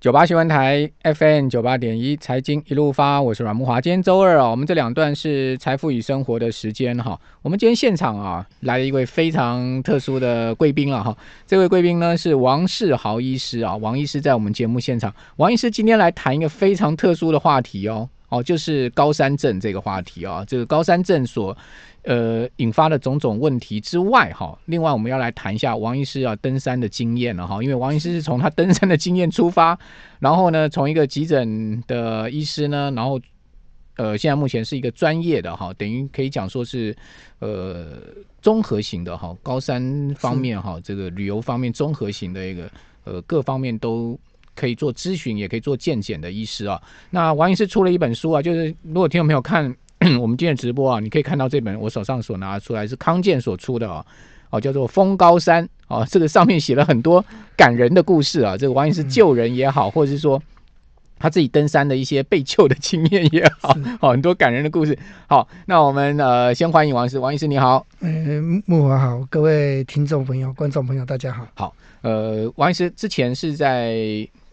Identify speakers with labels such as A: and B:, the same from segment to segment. A: 九八新闻台 FM 九八点一财经一路发，我是阮木华。今天周二啊，我们这两段是财富与生活的时间哈。我们今天现场啊来了一位非常特殊的贵宾了哈。这位贵宾呢是王世豪医师啊，王医师在我们节目现场。王医师今天来谈一个非常特殊的话题哦哦，就是高山症这个话题啊，这个高山症所呃引发的种种问题之外，哈，另外我们要来谈一下王医师啊登山的经验了哈，因为王医师是从他登山的经验出发，然后呢，从一个急诊的医师呢，然后呃，现在目前是一个专业的哈，等于可以讲说是呃综合型的哈，高山方面哈，这个旅游方面综合型的一个呃各方面都。可以做咨询，也可以做健检的医师啊。那王医师出了一本书啊，就是如果听众朋友看 我们今天的直播啊，你可以看到这本我手上所拿出来是康健所出的哦、哦，叫做《风高山》哦，这个上面写了很多感人的故事啊，这个王医
B: 嗯
A: 师救人也好，或者是说他自己登山的一些被救的经验也好，哦，很多感人的故事。好，那我们呃先欢迎王医师，王医师你好，
B: 呃，木华好，各位听众朋友、观众朋友，大家好。
A: 呃，王医师之前是在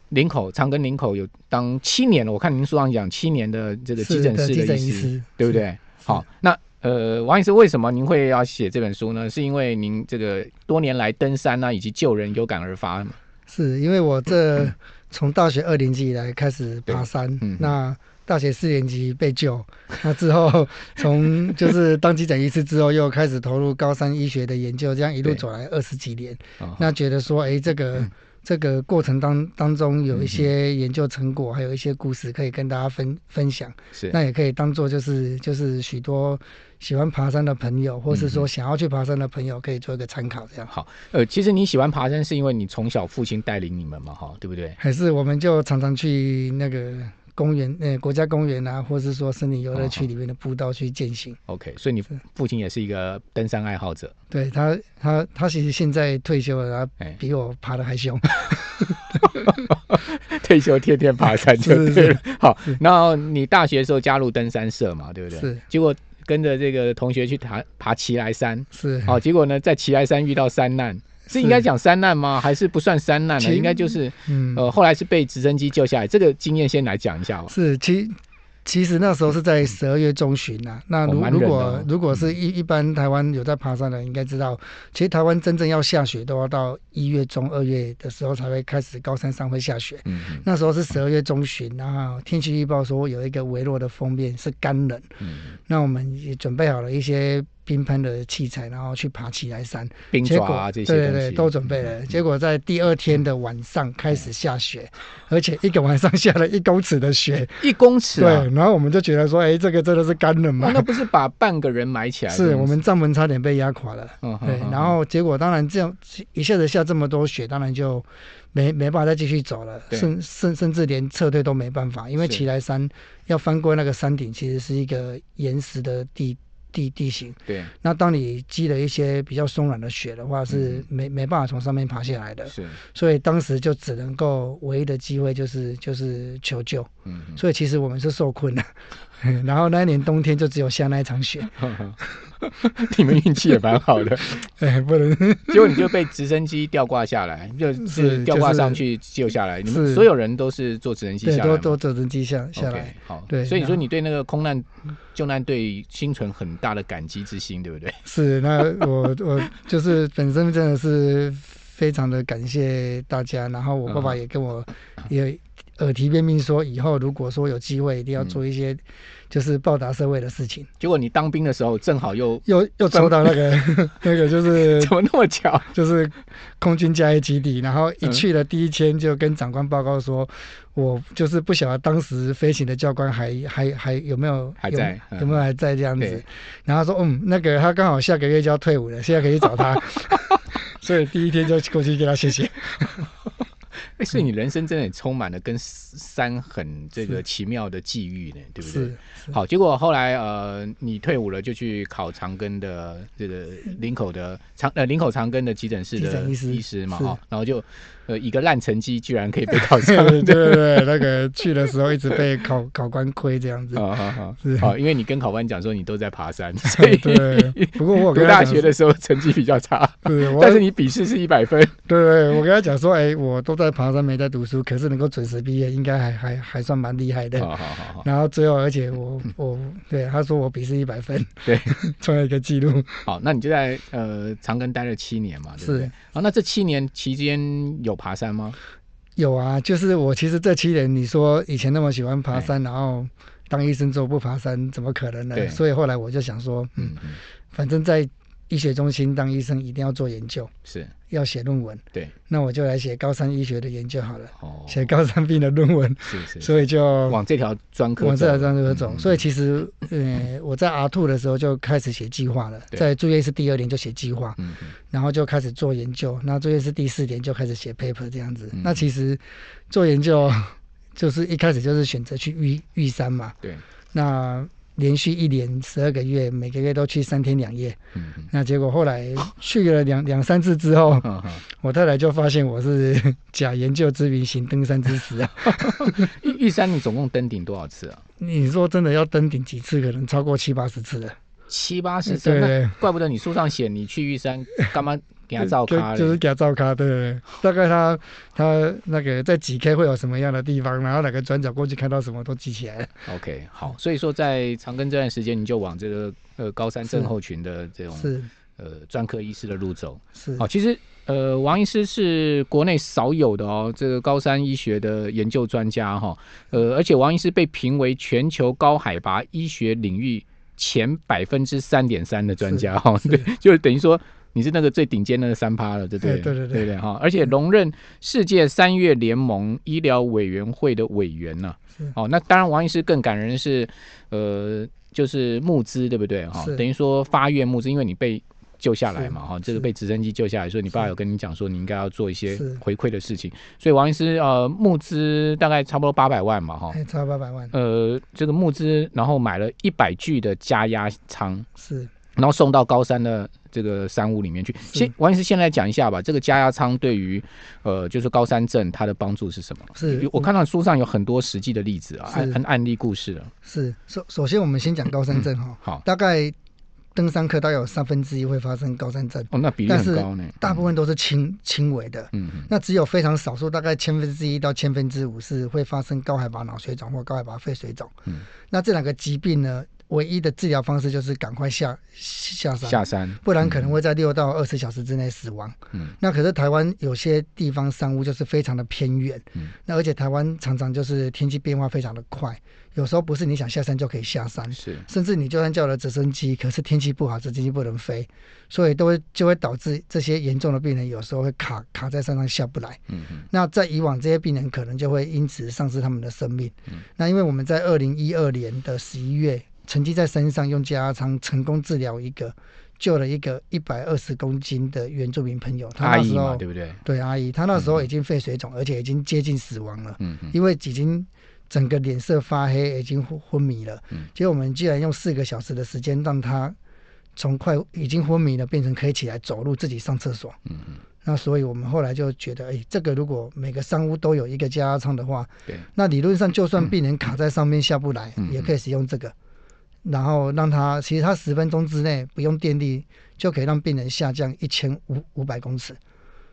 A: 林口长庚林口有当七年了，我看您书上讲七年的这个急诊
B: 是
A: 室
B: 急
A: 的
B: 诊
A: 医
B: 医
A: 师，
B: 师，
A: 对不
B: 是？
A: 对？好，那呃，王医师，为什么您会要写这本书呢？是因为您这个多年来登山啊，以及救人有感而发嘛？
B: 是因为我这 从大学二年级以来开始爬山，
A: 嗯
B: 那大学四年级被救， 那之后 从就是当急诊医师之后，又开始投入高山医学的研究，这样一路
A: 对
B: 走来二十几年，
A: 哦嗯
B: 那觉得说，哎、这个。这个过程当当中有一些研究成果，还有一些故事可以跟大家分分享。
A: 是
B: 那也可以当做就是就是许多喜欢爬山的朋友，或是说想要去爬山的朋友，可以做一个参考，这样
A: 呃，其实你喜欢爬山是因为你从小父亲带领你们嘛，哈，对不对？
B: 还是我们就常常去那个公园，呃，国家公园啊，或是说森林游乐区里面的步道去践行。
A: OK，所以你父亲也是一个登山爱好者。
B: 对他，他他其实现在退休了，他
A: 哎，
B: 比我爬的还凶。
A: 退休天天爬山就是对了。好
B: 是，
A: 然后你大学的时候加入登山社嘛，对不对？
B: 是。
A: 结果跟着这个同学去爬爬奇来山，
B: 是，
A: 好、结果呢，在奇来山遇到山难，是应该讲山难吗？还是不算山难呢？
B: 其
A: 应该就是
B: 嗯，
A: 呃，后来是被直升机救下来，这个经验先来讲一下哦吧。
B: 是其。其实那时候是在十二月中旬呐、那
A: 嗯哦
B: 如、
A: 蛮
B: 如
A: 冷的
B: 果
A: 哦
B: 如果是一一般台湾有在爬山的人应该知道，其实台湾真正要下雪都要到一月中二月的时候才会开始高山上会下雪。
A: 嗯
B: 那时候是十二月中旬，然后天气预报说有一个微弱的风面是干冷，
A: 嗯，
B: 那我们也准备好了一些冰喷的器材，然后去爬起来山，
A: 冰
B: 结
A: 爪
B: 果
A: 啊这
B: 对
A: 些东
B: 对
A: 西嗯
B: 对都准备了，结果在第二天的晚上开始下雪，而且一个晚上下了一公尺的雪，
A: 一公尺啊
B: 对，，然后我们就觉得说，哎，这个真的是干冷
A: 哇
B: 吗
A: 哦 那？不是把半个人埋起来？
B: 是我，们帐篷差点被压垮了。
A: 嗯
B: 对，然后结果当然这样一下子下这么多雪，当然就没没办法再继续走了，
A: 对
B: 甚甚甚至连撤退都没办法，因为
A: 是
B: 奇来山要翻过那个山顶，其实是一个岩石的地地地形。
A: 对，
B: 那当你积了一些比较松软的雪的话，是没没办法从上面爬下来的，
A: 嗯是，
B: 所以当时就只能够唯一的机会就是就是求救，
A: 嗯 哼，
B: 所以其实我们是受困了。 然后那一年冬天就只有下那一场雪，
A: 你们运气也蛮好的，
B: 哎，不能
A: 结果你就被直升机吊挂下来，就是
B: 是
A: 吊挂
B: 就是
A: 上去救下来。你们
B: 是
A: 所有人都是坐直升机
B: 对，
A: 下来
B: 都
A: 吗，
B: 都走直机下下来。
A: OK，好，
B: 对
A: 所以你说
B: 然后
A: 你对那个空难救难队心存很大的感激之心，对不对？
B: 是，那我我就是本身真的是非常的感谢大家，然后我爸爸
A: 嗯
B: 也跟我也耳提面命说，以后如果说有机会，一定要
A: 嗯
B: 做一些就是报答社会的事情。
A: 结果你当兵的时候正好又
B: 又又抽到那个 那个就 是
A: 怎么那么巧？
B: 就是空军加一基地，然后一
A: 嗯
B: 去了第一天就跟长官报告说，我就是不晓得当时飞行的教官还还还有没有
A: 还
B: 有
A: 在
B: 有没有还在这样
A: 对
B: 子，然后他说嗯那个他刚好下个月就要退伍了，现在可以去找他，所以第一天就过去给他谢谢。
A: 哎，所以
B: 嗯
A: 你人生真的也充满了跟山很这个奇妙的际遇呢，对不对
B: 是？是
A: 好，结果后来呃，你退伍了就去考长庚的这个林口的长呃林口长庚的急诊室
B: 急
A: 的
B: 诊医师
A: 医师嘛，
B: 是
A: 哈，然后就呃，一个烂成绩居然可以被考 上，
B: 对对对，那个去的时候一直被考考官亏这样子。
A: 好好好
B: 是，
A: 哦好，因为你跟考官讲说你都在爬 山，所以
B: 对，不过我
A: 读
B: 跟他
A: 大
B: 讲
A: 学的时候成绩比较 差，
B: 是，我
A: 但是你笔试是一百 分，
B: 对对，我跟他讲说，哎，我都在爬山，没在读书，可是能够准时毕业，应该还还还算蛮厉害的。
A: 好好好好，
B: 然后最后，而且我我对他说我笔试一百分，
A: 嗯 对，
B: 创了一个记录。
A: 好，那你就在呃长庚待了七年嘛，对不对
B: 是？
A: 好，那这七年期间有爬山吗？
B: 有啊，就是我其实这七年，你说以前那么喜欢爬山，然后当医生之后不爬山，怎么可能
A: 哎对
B: 呢？所以后来我就想说，嗯，
A: 嗯，嗯
B: 反正在医学中心当医生一定要做研究，
A: 是
B: 要写论文，
A: 对，
B: 那我就来写高山医学的研究好了，
A: 哦，
B: 写高山病的论文，
A: 是是，
B: 所以就
A: 往这条专科走，
B: 我这专科
A: 嗯
B: 种，
A: 嗯
B: 所以其实，呃，我在 R two 的时候就开始写计划了，
A: 对
B: 在住院是第二年就写计划，
A: 嗯嗯
B: 然后就开始做研究，那住院是第四年就开始写 paper 这样子
A: 嗯。
B: 那其实做研究 就是一开始就是选择去玉玉山嘛，
A: 对，
B: 那连续一年十二个月，每个月都去三天两夜，
A: 嗯 嗯
B: 那结果后来去了两两三次之后，
A: 嗯嗯
B: 我太太就发现我是 假研究之名行登山之实啊。
A: 玉玉山你总共登顶多少次啊？
B: 你说真的要登顶几次，可能超过七八十次了。
A: 七八十次，啊
B: 对
A: 那
B: 对
A: 怪不得你书上写你去玉山干 嘛给他照咖
B: 就就是
A: 嘞？
B: 给他照咖，对对 对，大概他他那个在几 K 会有什么样的地方，然后哪个转角过去看到什么都记起来了。
A: OK，好，所以说在长庚这段时间，你就往这个呃高山症候群的这种
B: 是
A: 呃专科医师的路走。
B: 是
A: 好，其实呃王医师是国内少有的哦，这个高山医学的研究专家哈、呃，而且王医师被评为全球高海拔医学领域前百分之三点三的专家哈、哦，对，就是等于说。你是那个最顶尖的三趴了，对不对？
B: 哎对对对
A: 对不哈，而且荣任世界三月联盟医疗委员会的委员呢、
B: 是
A: 哦，那当然，王医师更感人的是，呃，就是募资，对不对？哈、
B: 是
A: 等于说发愿募资，因为你被救下来嘛，
B: 是
A: 哈、这个
B: 是
A: 被直升机救下来，所以你爸
B: 是
A: 有跟你讲说你应该要做一些
B: 是
A: 回馈的事情，所以王医师呃募资大概差不多八百万嘛，哈、
B: 哎，超八百万
A: 呃，这个募资，然后买了一百具的加压仓，
B: 是
A: 然后送到高山的这个山屋里面去。先，王医师先来讲一下吧，这个加压仓对于呃，就是高山症它的帮助是什么？
B: 是嗯
A: 有我看到书上有很多实际的例子啊，
B: 是
A: 案案例故事啊。
B: 是。首首先我们先讲高山症哈，
A: 嗯好，
B: 大概登山客大概有三分之一会发生高山症，
A: 哦，那比例
B: 但
A: 很
B: 是
A: 高呢，
B: 大部分都是轻轻微的。
A: 嗯，嗯嗯，
B: 那只有非常少数，大概千分之一到千分之五是会发生高海拔脑水肿或高海拔肺水肿。
A: 嗯，
B: 那这两个疾病呢，唯一的治疗方式就是赶快下下山，
A: 下山，
B: 不然可能会在六到二十小时之内死亡。
A: 嗯
B: 那可是台湾有些地方山屋就是非常的偏远，
A: 嗯，
B: 那而且台湾常常就是天气变化非常的快，有时候不是你想下山就可以下山，
A: 是，
B: 甚至你就算叫了直升机，可是天气不好，直升机不能飞，所以都会就会导致这些严重的病人有时候会卡卡在山上下不来。
A: 嗯嗯
B: 那在以往，这些病人可能就会因此丧失他们的生命。
A: 嗯
B: 那因为我们在二零一二年的十一月，曾经在山上用加压仓成功治疗一个，救了一个一百二十公斤的原住民朋友，他
A: 阿
B: 那
A: 姨
B: 时
A: 嘛，
B: 候
A: 对不对？
B: 对阿姨，她那时候已经肺水肿，而且已经接近死亡了，
A: 嗯嗯
B: 因为已经整个脸色发黑，已经昏昏迷了
A: 嗯。
B: 结果我们居然用四个小时的时间让她从快已经昏迷了变成可以起来走路、自己上厕所。
A: 嗯嗯，
B: 那所以我们后来就觉得，哎、这个如果每个商屋都有一个加压仓的话，
A: 对，
B: 那理论上就算病人卡在上面下不来，
A: 嗯
B: 也可以使用这个，然后让他其实他十分钟之内不用电力就可以让病人下降一千五五百公尺，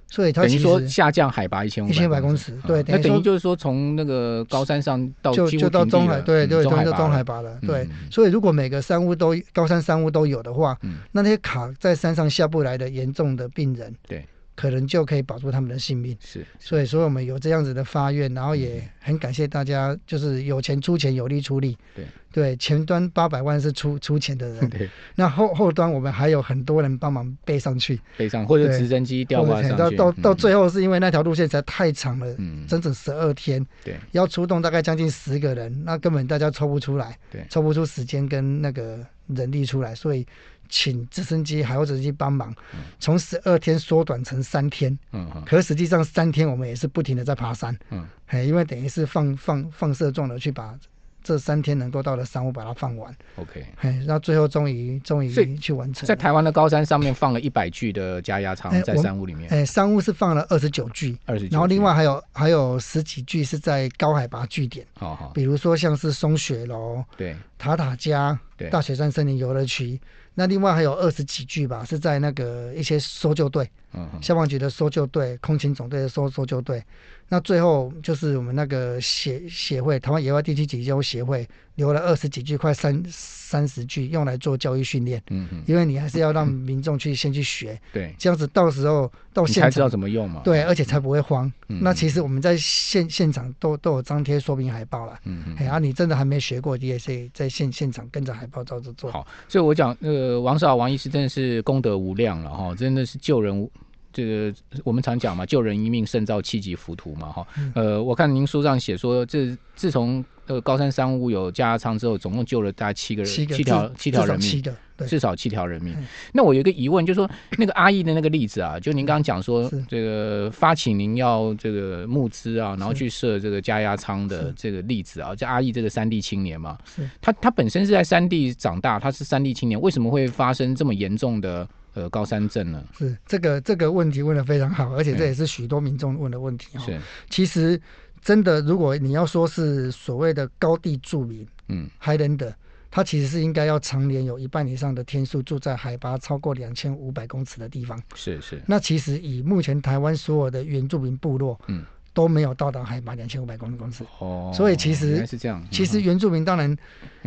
B: 所以他
A: 等
B: 其
A: 于说
B: 实
A: 下降海拔一千五
B: 1500公尺对
A: 啊那
B: 等于说
A: 等于就是说从那个高山上到
B: 就
A: 几乎
B: 就到
A: 平地
B: 中
A: 了
B: 海，对
A: 嗯
B: 对，
A: 中
B: 就
A: 海
B: 到
A: 拔
B: 中
A: 了
B: 海拔了，对
A: 嗯嗯，
B: 所以如果每个山屋都高山山屋都有的话
A: 嗯，
B: 那些卡在山上下不来的严重的病人，
A: 对，
B: 可能就可以保住他们的性命。
A: 是嗯
B: 所以说我们有这样子的发愿，然后也很感谢大家，就是有钱出钱，有力出力。
A: 对
B: 对，前端八百万是出出钱的人，
A: 对，
B: 那后后端我们还有很多人帮忙背上去，
A: 背上或者
B: 对
A: 直升机吊
B: 我
A: 挂
B: 们
A: 上
B: 到
A: 去，
B: 到到
A: 嗯
B: 最后是因为那条路线实在太长了，
A: 嗯
B: 整整十二天，
A: 对
B: 要出动大概将近十个人，那根本大家抽不出来，
A: 对
B: 抽不出时间跟那个人力出来，所以请直升机、海洋直升机帮忙，从十二天缩短成三天。
A: 嗯嗯
B: 可实际上三天我们也是不停的在爬山，
A: 嗯
B: 哎，因为等于是放放放射状的去把这三天能够到的山，我把它放完。
A: OK，
B: 嘿，那最后终于终
A: 所
B: 于
A: 以
B: 去完成
A: 在
B: 了。
A: 台湾的高山上面放了一百具的加压仓
B: 哎
A: 在
B: 我
A: 山屋里面，
B: 哎，商务是放了二十九句，
A: 二十，
B: 然后另外还有还有十几句是在高海拔据点，
A: 好哦好
B: 比如说像是松雪楼、
A: 对
B: 塔塔加
A: 对、
B: 大雪山森林游乐区。那另外还有二十几句吧，是在那个一些搜救队、
A: 嗯嗯
B: 消防局的搜救队、空勤总队的搜搜救队。那最后就是我们那个协协会，台湾野外地区急救协会留了二十几句，快三三十句，用来做教育训练。
A: 嗯嗯，
B: 因为你还是要让民众去先去学，
A: 对，
B: 这样子到时候到
A: 你
B: 现
A: 才知道
B: 场，
A: 怎么用嘛，
B: 对，而且才不会慌。
A: 嗯
B: 那
A: 嗯
B: 其实我们在现现场都都有张贴说明海报了。
A: 嗯嗯
B: 哎，啊，你真的还没学过，你也是在现现场跟着海报照着做。
A: 好，所以我讲，呃，王少王医师真的是功德无量了哈，真的是救人无。这个我们常讲嘛，救人一命胜造七级浮屠嘛，哈。
B: 嗯
A: 呃，我看您书上写说，这自从呃高山山屋有加压仓之后，总共救了大概七个人，
B: 七个
A: 七条
B: 至
A: 七条
B: 至少
A: 人
B: 七
A: 命，
B: 个，对，
A: 至少七条人命
B: 嗯。
A: 那我有一个疑问，就是说那个阿义的那个例子啊，就您刚刚讲说
B: 是
A: 这个发起您要这个募资啊，然后
B: 是
A: 去设这个加压仓的
B: 是
A: 这个例子啊，这阿义这个山地青年嘛
B: 是，
A: 他他本身是在山地长大，他是山地青年，为什么会发生这么严重的呃高山症呢？
B: 是这个这个问题问的非常好，而且
A: 嗯
B: 这也是许多民众问的问题哦。
A: 是，
B: 其实真的，如果你要说是所谓的高地住民
A: 嗯
B: （Highlander），他其实是应该要常年有一半以上的天数住在海拔超过两千五百公尺的地方。
A: 是是，
B: 那其实以目前台湾所有的原住民部落，
A: 嗯，
B: 都没有到达海拔两千五百公尺。
A: 哦，
B: 所以其实
A: 原来是这样，嗯
B: 其实原住民当然，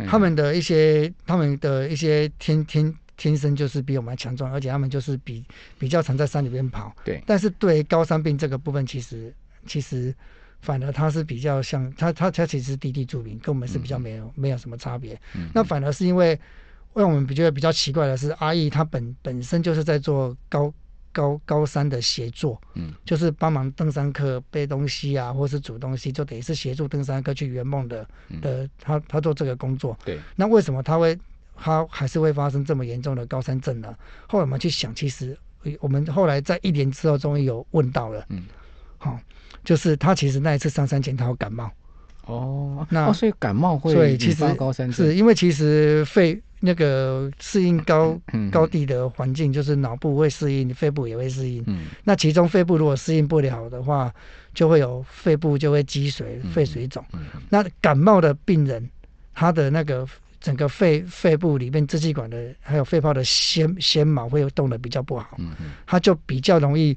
B: 他们的一些他们的一些天天天生就是比我们还强壮，而且他们就是比比较常在山里边跑。
A: 嗯对
B: 但是对高山病这个部分，其实其实反而他是比较像他他他其实是低地住民，跟我们是比较没有、没有什么差别。
A: 嗯
B: 那反而是因为让我们觉得比较奇怪的是，阿义他本本身就是在做高高高山的协作，
A: 嗯
B: 就是帮忙登山客背东西啊，或是煮东西，就等于是协助登山客去圆梦的
A: 嗯
B: 的，他他做这个工作。
A: 对，
B: 那为什么他会他还是会发生这么严重的高山症呢？后来我们去想，其实呃我们后来在一年之后终于有问到了，
A: 嗯，
B: 好、就是他其实那一次上山前他有感冒，
A: 哦，
B: 那
A: 哦所以感冒
B: 所以
A: 会
B: 其
A: 引
B: 实
A: 发高山症，
B: 是因为其实肺那个适应高
A: 嗯
B: 高地的环境，就是脑部会适应，肺部也会适应。
A: 嗯
B: 那其中肺部如果适应不了的话，就会有肺部就会积水、肺水肿。
A: 嗯
B: 那感冒的病人，他的那个整个肺肺部里面支气管的还有肺泡的纤纤毛会动得比较不好，
A: 嗯嗯，
B: 他就比较容易，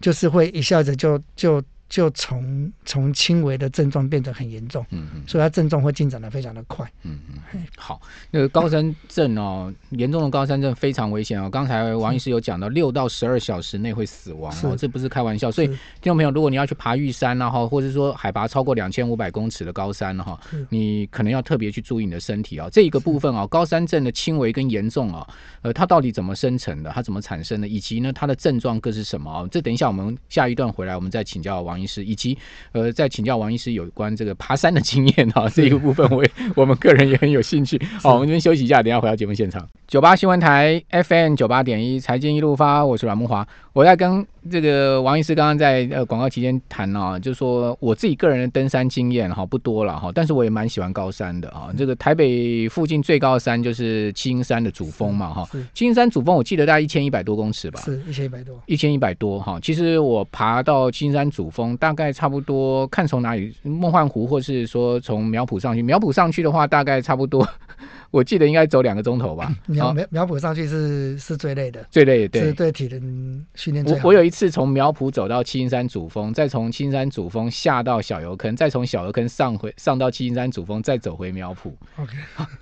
B: 就是会一下子就就就从从轻微的症状变得很严重，
A: 嗯嗯。
B: 所以他症状会进展的非常的快。
A: 嗯嗯，好，那个高山症哦，严重的高山症非常危险哦。刚才王医师有讲到，六到十二小时内会死亡哦，
B: 是
A: 这不是开玩笑。所以
B: 是
A: 听众朋友，如果你要去爬玉山啊，哈，或者说海拔超过两千五百公尺的高山哈、
B: 是
A: 你可能要特别去注意你的身体哦。这一个部分哦，高山症的轻微跟严重哦，呃，它到底怎么生成的，它怎么产生的，以及呢它的症状各是什么哦？这等一下我们下一段回来，我们再请教王医师，以及呃，再请教王医师有关这个爬山的经验啊、这一个部分我也我们个人也很有兴趣。好，我们这边休息一下，等一下回到节目现场。九八新闻台 FM 九八点一财经一路发，我是阮木华。我在跟这个王医师刚刚在呃广告期间谈啊，就说我自己个人的登山经验哈不多了哈，但是我也蛮喜欢高山的啊。这个台北附近最高的山就是七星山的主峰嘛哈，
B: 是
A: 七星山主峰我记得大概一千一百多公尺吧，
B: 是一千一百多，
A: 一千一百多哈。其实我爬到金山主峰，大概差不多看从哪里，梦幻湖或是说从苗圃上去。苗圃上去的话，大概差不多， 我记得应该走两个钟头吧。
B: 嗯苗
A: 啊
B: 苗苗圃上去是是最累的，
A: 最累
B: 是
A: 对。
B: 对体能训练最
A: 我
B: 好。
A: 我有一次从苗圃走到七星山主峰，再从七星山主峰下到小油坑，再从小油坑上回上到七星山主峰，再走回苗圃，
B: OK，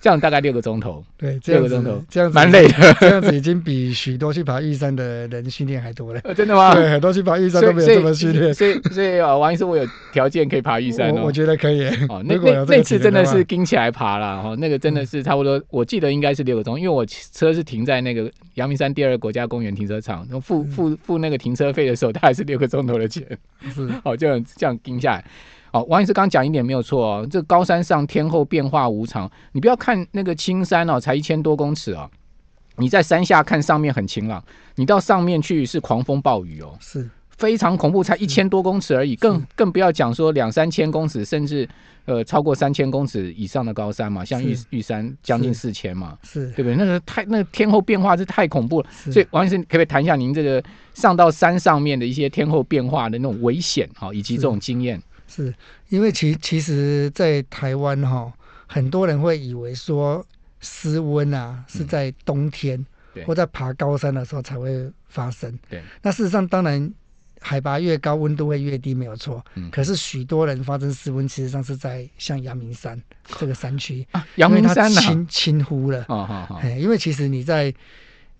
A: 这样大概六个钟 头，
B: 对，这
A: 六
B: 样
A: 个钟头
B: 子这样子
A: 蛮累的。
B: 这样子已经比许多去爬玉山的人训练还 多了。
A: 呃真的吗？
B: 对，很多去爬玉山
A: 所
B: 都
A: 以
B: 没有
A: 所
B: 这么训
A: 以
B: 练。
A: 所以所以啊，王医师，我有条件可以爬玉山哦。
B: 我我觉得 可以。
A: 哦，那
B: 如果
A: 那
B: 有这
A: 那
B: 个
A: 次
B: 体
A: 真
B: 能
A: 的
B: 话嗯
A: 是盯起来爬了，哦，那个真的是差不多，我记得应该是六个钟，因为我车是停在那个阳明山第二国家公园停车场，然后
B: 嗯
A: 付付付那个停车费的时候，大概是六个钟头的钱，
B: 是
A: 哦，就很这样盯下来。哦，王医师刚讲一点没有错哦，这高山上天后变化无常，你不要看那个青山哦，才一千多公尺哦，你在山下看上面很晴朗，你到上面去是狂风暴雨哦，
B: 是
A: 非常恐怖，才
B: 嗯
A: 一千多公尺而已，更更不要讲说两三千公尺，甚至呃超过三千公尺以上的高山嘛，像玉
B: 是
A: 玉山将近
B: 是
A: 四千嘛，
B: 是
A: 对不对？那个太那个天候变化是太恐怖了，
B: 是
A: 所以王医生可不可以谈一下您这个上到山上面的一些天候变化的那种危险哈、以及这种经验？
B: 是因为其其实，在台湾哈、很多人会以为说失温啊是在冬天、
A: 嗯对
B: 或在爬高山的时候才会发生。
A: 对，
B: 那事实上，当然海拔越高，温度会越低，没有错。
A: 嗯
B: 可是许多人发生失温，其实上是在像阳明山这个山区，
A: 啊，阳明山
B: 因
A: 呐
B: 为它、轻轻忽了。
A: 哦，好好，
B: 哎，因为其实你在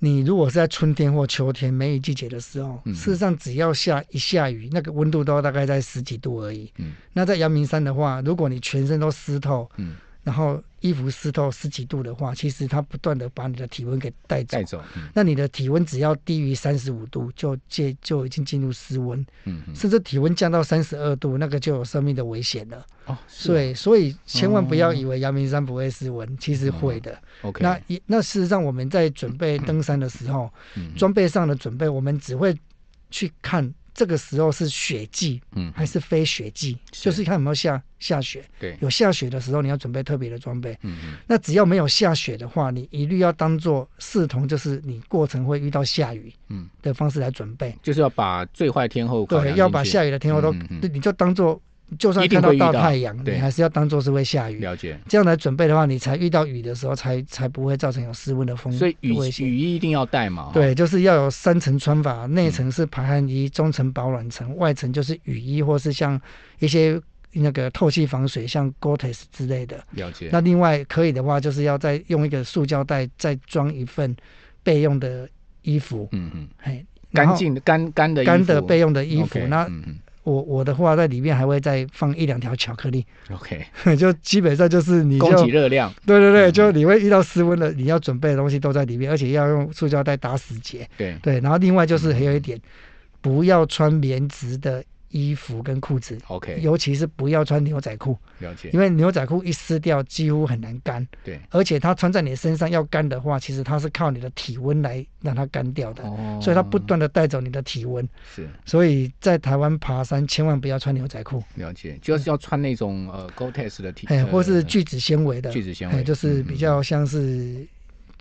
B: 你如果是在春天或秋天梅雨季节的时候，
A: 嗯
B: 事实上只要下一下雨，那个温度都大概在十几度而已。
A: 嗯
B: 那在阳明山的话，如果你全身都湿透，
A: 嗯，
B: 然后衣服湿透十几度的话，其实它不断的把你的体温给带走
A: 带。走，嗯
B: 那你的体温只要低于三十五度，就介就已经进入失温，
A: 嗯嗯，
B: 甚至体温降到三十二度，那个就有生命的危险了。
A: 哦，是哦嗯
B: 所以，所以千万不要以为阳明山不会失温，其实会的。
A: ，OK，
B: 那也那事实上我们在准备登山的时候，
A: 嗯
B: 装备上的准备，我们只会去看这个时候是雪季
A: 嗯
B: 还是非雪季，
A: 是
B: 就是看有没有下下雪。
A: 对，
B: 有下雪的时候，你要准备特别的装备。
A: 嗯嗯
B: 那只要没有下雪的话，你一律要当做视同就是你过程会遇到下雨
A: 嗯，
B: 的方式来准备。
A: 就是要把最坏天候考量
B: 对，要把
A: 进去
B: 下雨的天候都，
A: 嗯嗯嗯
B: 你就当做就算
A: 一定
B: 看
A: 会
B: 到
A: 遇
B: 大
A: 到
B: 太阳，你
A: 对
B: 还是要当做是会下雨。
A: 了解，
B: 这样来准备的话，你才遇到雨的时候才才不会造成有失温的风
A: 所以雨哦
B: 的危险。
A: 雨衣一定要带嘛，哈，
B: 对，就是要有三层穿法，
A: 嗯
B: 内层是排汗衣，中层保暖层，外层就是雨衣或是像一些那个透气防水，像 Gore-Tex 之类的。
A: 了解，
B: 那另外可以的话，就是要再用一个塑胶袋再装一份备用的衣服，
A: 嗯嗯，
B: 嘿，然后
A: 干净的干干的衣
B: 干的
A: 服
B: 备用的衣服。
A: OK，
B: 那
A: 嗯嗯
B: 我我的话在里面还会再放一两条巧克力，
A: ，OK，
B: 就基本上就是你就
A: 供给热量，
B: 对对对，
A: 嗯
B: 就你会遇到失温了，你要准备的东西都在里面，而且要用塑胶袋打死结。
A: 对，
B: 对，然后另外就是还有一点，不要穿棉质的衣服跟裤子，
A: OK，
B: 尤其是不要穿牛仔裤，
A: 了解
B: 因，为牛仔裤一湿掉几乎很难干，
A: 对，
B: 而且它穿在你身上要干的话，其实它是靠你的体温来让它干掉的，
A: 哦
B: 所以它不断的带走你的体温。
A: 是
B: 所以在台湾爬山千万不要穿牛仔裤，
A: 了解，就是要穿那种呃 Gore-Tex 的体，
B: 哎，或是
A: 呃
B: 聚酯纤维的，
A: 聚酯纤
B: 哎
A: 维
B: 就是
A: 嗯
B: 比
A: 嗯
B: 较像是。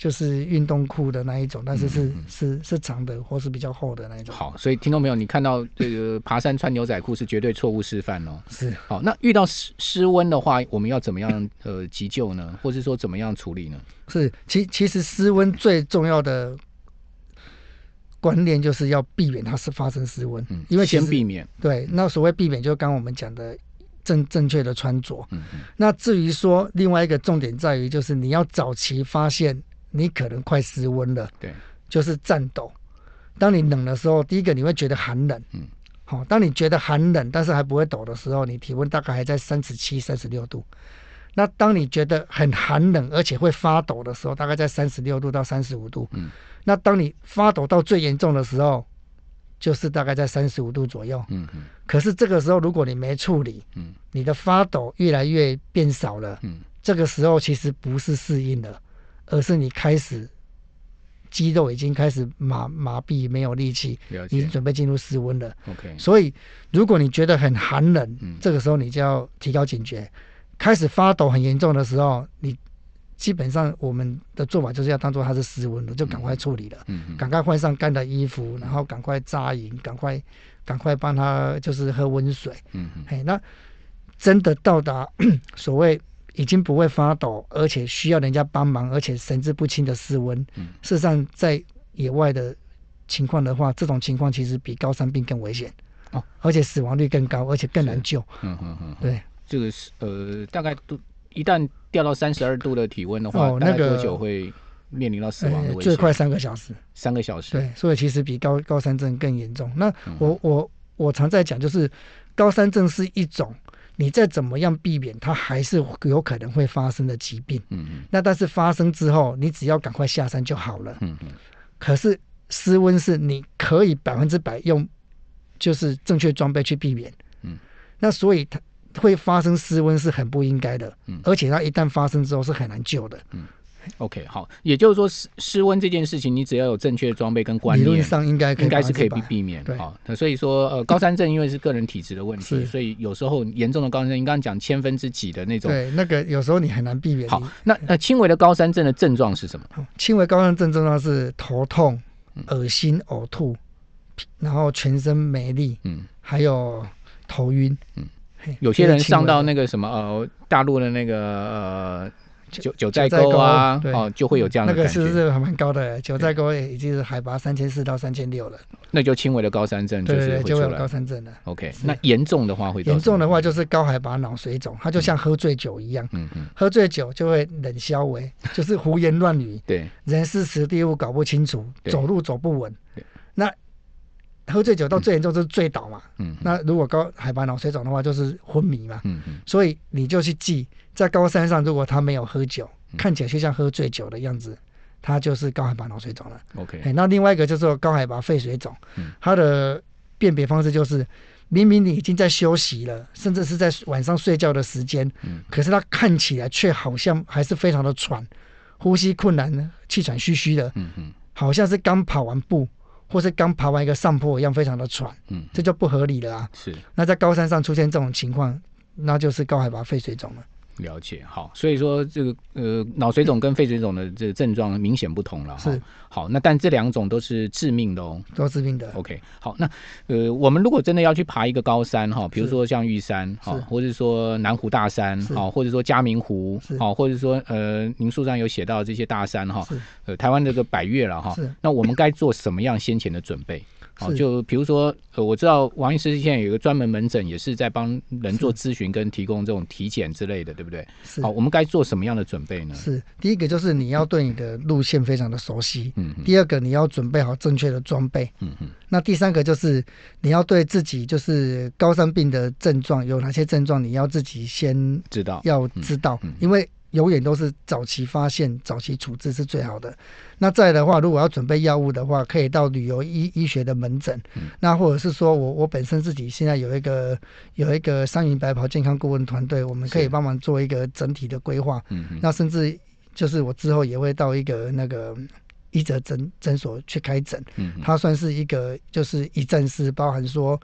B: 就是运动裤的那一种，但是是、是是长的或是比较厚的那一
A: 嗯
B: 种。
A: 好，所以听众朋友，你看到这个爬山穿牛仔裤是绝对错误示范哦。
B: 是，
A: 好，那遇到失失温的话，我们要怎么样呃急救呢？或是说怎么样处理呢？
B: 是，其其实失温最重要的观念就是要避免它是发生失温，
A: 嗯，
B: 因为其
A: 先
B: 实
A: 避免，
B: 对。那所谓避免，就是刚刚我们讲的正正确的穿着。
A: 嗯嗯
B: 那至于说另外一个重点在于，就是你要早期发现你可能快失温了，
A: 对，
B: 就是颤抖。当你冷的时候，第一个你会觉得寒冷，
A: 嗯，
B: 好、当你觉得寒冷，但是还不会抖的时候，你体温大概还在三十七、三十六度。那当你觉得很寒冷，而且会发抖的时候，大概在三十六度到三十五度。
A: 嗯，
B: 那当你发抖到最严重的时候，就是大概在三十五度左右。
A: 嗯嗯
B: 可是这个时候，如果你没处理，
A: 嗯
B: 你的发抖越来越变少了，
A: 嗯，
B: 这个时候其实不是适应了，而是你开始肌肉已经开始麻麻痹，没有力气，
A: 了
B: 你
A: 解。
B: 准备进入室温了。
A: OK，
B: 所以，如果你觉得很寒冷，
A: 嗯
B: 这个时候你就要提高警觉。开始发抖很严重的时候，你基本上我们的做法就是要当做它是失温了，就赶快处理了，
A: 嗯嗯，
B: 赶快换上干的衣服，然后赶快扎营，赶快赶快帮他就是喝温水。
A: 嗯嗯
B: 嘿，那真的到达 所谓已经不会发抖，而且需要人家帮忙，而且神志不清的室温，
A: 嗯
B: 事实上在野外的情况的话，这种情况其实比高山病更危险，
A: 哦，
B: 而且死亡率更高，而且更难救。
A: 嗯嗯嗯嗯，
B: 对，
A: 这个是呃，大概都一旦掉到三十二度的体温的话，
B: 哦
A: 大概
B: 那个
A: 多久会面临到死亡的
B: 呃
A: 危险？
B: 最快三个小时。
A: 三个小时。
B: 对，所以其实比高高山症更严重。那
A: 嗯
B: 我我我常在讲，就是高山症是一种你再怎么样避免，它还是有可能会发生的疾病。
A: 嗯嗯
B: 那但是发生之后，你只要赶快下山就好了。
A: 嗯嗯，
B: 可是失温是你可以百分之百用，就是正确装备去避免。
A: 嗯，
B: 那所以它会发生失温是很不应该的。
A: 嗯
B: 而且它一旦发生之后是很难救的。
A: 嗯， OK，好，也就是说失失温这件事情，你只要有正确的装备跟观
B: 理论
A: 念，
B: 上应该可以
A: 应该是可以
B: 100%
A: 避避免
B: 对
A: 好，那所以说，呃，高山症因为是个人体质的问题，
B: 是
A: 所以有时候严重的高山症，你刚刚讲千分之几的那种。
B: 对，那个有时候你很难避免。
A: 好，那呃，轻微的高山症的症状是什么？
B: 好轻微高山症症状是头痛、
A: 嗯
B: 恶心、呕吐，然后全身没力，
A: 嗯，
B: 还有头晕。
A: 嗯
B: 嘿，
A: 有些人
B: 这是轻微
A: 上到
B: 的
A: 那个什么呃，大陆的那个呃九九寨
B: 九寨
A: 沟啊
B: 沟，对
A: 哦，就会有这样的
B: 那
A: 感
B: 个
A: 觉，
B: 是是还蛮高的，九寨沟也已经是海拔三千四到三千六了。
A: 那就轻微的高山症
B: 对
A: 就
B: 对
A: 是
B: 对，
A: 会
B: 就
A: 出
B: 会有高
A: 来。
B: 山症了。
A: OK，那严重的话会
B: 严重
A: 的，
B: 的话就是高海拔脑水肿，它就像喝醉酒一样，
A: 嗯嗯，
B: 喝醉酒就会冷消微，就是胡言乱语，
A: 对，
B: 人事时地物搞不清楚，
A: 对
B: 走路走不稳
A: 对。
B: 那喝醉酒到最严重就是醉倒嘛。
A: 嗯嗯
B: 那如果高海拔脑水肿的话，就是昏迷嘛。
A: 嗯嗯
B: 所以你就去记，在高山上如果他没有喝酒，
A: 嗯
B: 看起来就像喝醉酒的样子，他就是高海拔脑水肿了。
A: ，OK，
B: 哎，那另外一个就是说高海拔肺水肿
A: 嗯，
B: 它的辨别方式就是，明明你已经在休息了，甚至是在晚上睡觉的时间
A: 嗯，
B: 可是它看起来却好像还是非常的喘，呼吸困难，气喘吁吁的，
A: 嗯嗯
B: 好像是刚跑完步，或是刚爬完一个上坡一样，非常的喘，
A: 嗯，
B: 这就不合理了啊。
A: 是。
B: 那在高山上出现这种情况，那就是高海拔肺水肿了。
A: 了解，好，所以说这个呃脑水肿跟肺水肿的这个症状明显不同了哈
B: 是。
A: 好，那但这两种都是致命的哦。
B: 都致病的。
A: OK，好，那呃我们如果真的要去爬一个高山哈，比如
B: 是
A: 说像玉山哈
B: 是，
A: 或者说南湖大山
B: 是
A: 哈，或者说嘉明湖
B: 是
A: 好，或者说呃您书上有写到这些大山哈
B: 是，
A: 呃台湾这个百越了哈
B: 是，
A: 那我们该做什么样先前的准 备？好，
B: 是
A: 就比如说，呃，我知道王医师现在有一个专门门诊，也是在帮人做咨询跟提供这种体检之类的，对不对？
B: 是
A: 好，我们该做什么样的准备呢？
B: 是，第一个就是你要对你的路线非常的熟悉，
A: 嗯嗯
B: 第二个你要准备好正确的装备，
A: 嗯嗯
B: 那第三个就是你要对自己就是高山病的症状有哪些症状，你要自己先
A: 知道。
B: 要知道，
A: 嗯嗯
B: 因为永远都是早期发现、早期处置是最好的。那再来的话，如果要准备药物的话，可以到旅游医医学的门诊，
A: 嗯
B: 那或者是说我我本身自己现在有一个有一个三云白袍健康顾问团队，我们可以
A: 是
B: 帮忙做一个整体的规划。
A: 嗯嗯
B: 那甚至就是我之后也会到一个那个医者诊诊所去开诊，
A: 嗯嗯
B: 它算是一个就是一站式，包含说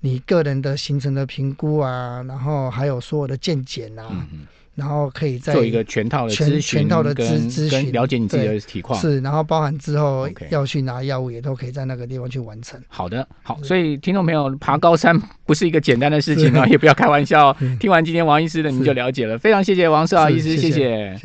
B: 你个人的行程的评估啊，然后还有所有的健检啊，
A: 嗯嗯，
B: 然后可以再
A: 做一个全套的
B: 全
A: 咨询，
B: 全套的咨
A: 跟
B: 咨
A: 跟
B: 询
A: 了解你自己的
B: 对
A: 体况。
B: 是，然后包含之后
A: OK
B: 要去拿药物也都可以在那个地方去完成。
A: 好的，
B: 嗯
A: 好，所以听众朋友，爬高山不是一个简单的事情啊，也不要开玩笑哦。听完今天王医师的，你
B: 嗯是
A: 就了解了。非常谢谢王世豪
B: 是
A: 医师，
B: 谢谢
A: 谢